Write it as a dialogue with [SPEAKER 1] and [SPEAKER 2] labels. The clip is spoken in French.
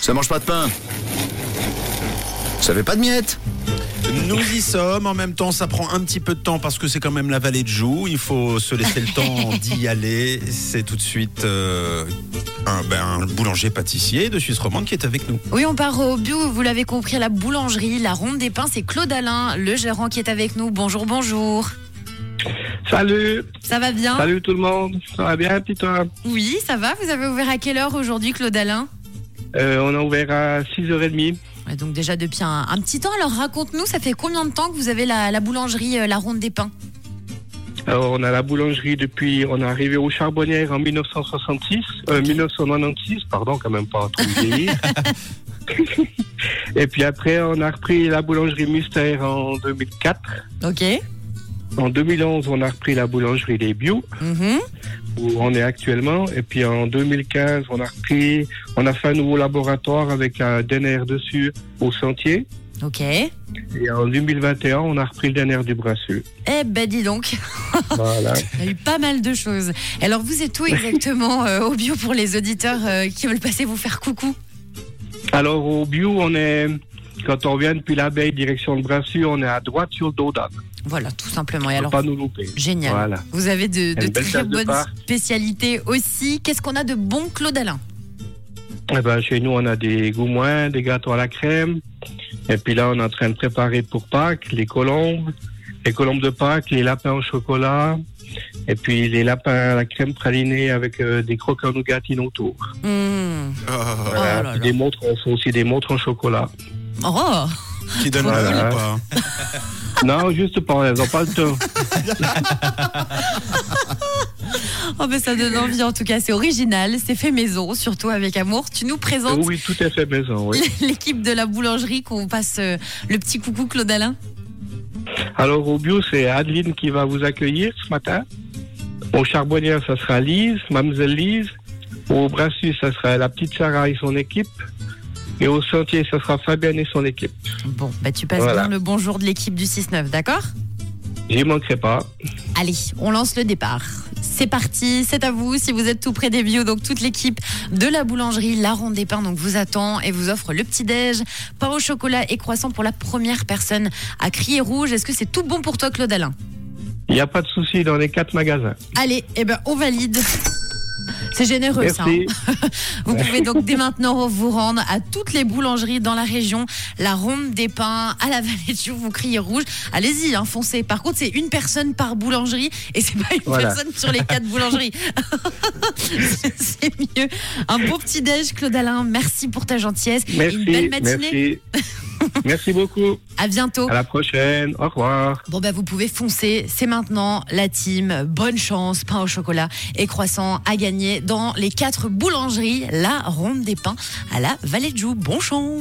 [SPEAKER 1] Ça mange pas de pain. Ça fait pas de miettes.
[SPEAKER 2] Nous y sommes, en même temps ça prend un petit peu de temps parce que c'est quand même la vallée de Joux, il faut se laisser le temps d'y aller. C'est tout de suite euh, un, ben, un boulanger-pâtissier de Suisse romande qui est avec nous.
[SPEAKER 3] Oui, on part au bio, vous l'avez compris, à la boulangerie, la ronde des pains, c'est Claude Alain, le gérant qui est avec nous. Bonjour, bonjour.
[SPEAKER 4] Salut,
[SPEAKER 3] Ça va bien
[SPEAKER 4] salut tout le monde. Ça va bien, petit toi
[SPEAKER 3] Oui, ça va. Vous avez ouvert à quelle heure aujourd'hui, Claude Alain
[SPEAKER 4] Euh, On a ouvert à 6h30.
[SPEAKER 3] Ouais, Donc déjà depuis un, un petit temps, alors raconte-nous, ça fait combien de temps que vous avez la, la boulangerie, euh, la ronde des pains
[SPEAKER 4] Alors, on a la boulangerie depuis. On est arrivé aux Charbonnières en 1966, euh, 1996, pardon, quand même pas trop vieilli. Et puis après, on a repris la boulangerie Mystère en 2004.
[SPEAKER 3] Ok.
[SPEAKER 4] En 2011, on a repris la boulangerie Les Bio,
[SPEAKER 3] Mhm.
[SPEAKER 4] où on est actuellement. Et puis en 2015, on a repris, on a fait un nouveau laboratoire avec un DNR dessus au Sentier.
[SPEAKER 3] Ok. Eh
[SPEAKER 4] Et en 2021, on a repris le DNR du Brassu.
[SPEAKER 3] ben dis donc,
[SPEAKER 4] Voilà.
[SPEAKER 3] il y a eu pas mal de choses. Alors vous êtes où exactement euh, au bio pour les auditeurs euh, qui veulent passer vous faire coucou
[SPEAKER 4] Alors au bio, on est quand on vient depuis l'abeille direction de Brassu, on est à droite sur le dos d'âne.
[SPEAKER 3] Voilà, tout simplement. Et
[SPEAKER 4] On ne
[SPEAKER 3] alors,
[SPEAKER 4] pas nous louper.
[SPEAKER 3] génial.
[SPEAKER 4] Voilà.
[SPEAKER 3] Vous avez de, de
[SPEAKER 4] Une belle
[SPEAKER 3] très
[SPEAKER 4] carte de
[SPEAKER 3] bonnes
[SPEAKER 4] part.
[SPEAKER 3] spécialités aussi. Qu'est-ce qu'on a de bon, Claude Alain
[SPEAKER 4] Eh ben, chez nous, on a des goumins, des gâteaux à la crème. Et puis là, on est en train de préparer pour Pâques les colombes, les colombes de Pâques, les lapins au chocolat. Et puis les lapins à la crème pralinée avec euh, des croques en nougatine autour.
[SPEAKER 3] Mmh.
[SPEAKER 4] Voilà.
[SPEAKER 3] Oh là là.
[SPEAKER 4] Puis Des montres, on fait aussi des montres en chocolat.
[SPEAKER 3] Oh
[SPEAKER 2] Qui donne
[SPEAKER 4] Voilà.
[SPEAKER 2] la vie ou pas hein
[SPEAKER 4] non, juste pas, elles n'ont pas le temps.
[SPEAKER 3] Oh, ben, Ça donne envie, en tout cas. C'est original, c'est fait maison, surtout avec amour. Tu nous présentes
[SPEAKER 4] Oui, tout est fait maison, oui.
[SPEAKER 3] l'équipe de la boulangerie qu'on passe euh, le petit coucou, Claude Alain.
[SPEAKER 4] Alors au bio, c'est Adeline qui va vous accueillir ce matin. Au charbonnière, ça sera Lise, Mademoiselle Lise. Au brassus, ça sera la petite Sarah et son équipe. Et au sentier, ça sera Fabienne et son équipe.
[SPEAKER 3] Bon, bah, tu passes
[SPEAKER 4] Voilà.
[SPEAKER 3] bien le bonjour de l'équipe du 6-9, d'accord
[SPEAKER 4] J'y manquerai pas.
[SPEAKER 3] Allez, on lance le départ. C'est parti, c'est à vous. Si vous êtes tout près des bio, donc toute l'équipe de la boulangerie La Ronde des Pins donc vous attend et vous offre le petit déj, pain au chocolat et croissant pour la première personne à crier rouge. Est-ce que c'est tout bon pour toi, Claude Alain
[SPEAKER 4] Il n'y a pas de souci dans les quatre magasins.
[SPEAKER 3] Allez, eh ben on valide. C'est généreux ça. hein.
[SPEAKER 4] Merci.
[SPEAKER 3] Vous pouvez donc dès maintenant vous rendre à toutes les boulangeries dans la région, la Ronde des Pins, à la Vallée de Joux, vous criez rouge. Allez-y, hein, foncez. Par contre, c'est une personne par boulangerie et c'est pas une
[SPEAKER 4] Voilà.
[SPEAKER 3] personne sur les quatre boulangeries. c'est mieux. Un beau petit déj, Claude Alain. Merci pour ta gentillesse.
[SPEAKER 4] Merci.
[SPEAKER 3] Une belle matinée.
[SPEAKER 4] Merci. Merci beaucoup.
[SPEAKER 3] À bientôt.
[SPEAKER 4] À la prochaine. Au revoir.
[SPEAKER 3] Bon bah vous pouvez foncer, c'est maintenant la team. Bonne chance, pain au chocolat et croissant à gagner dans les quatre boulangeries, la ronde des pains à la Vallée de Joux. Bon chance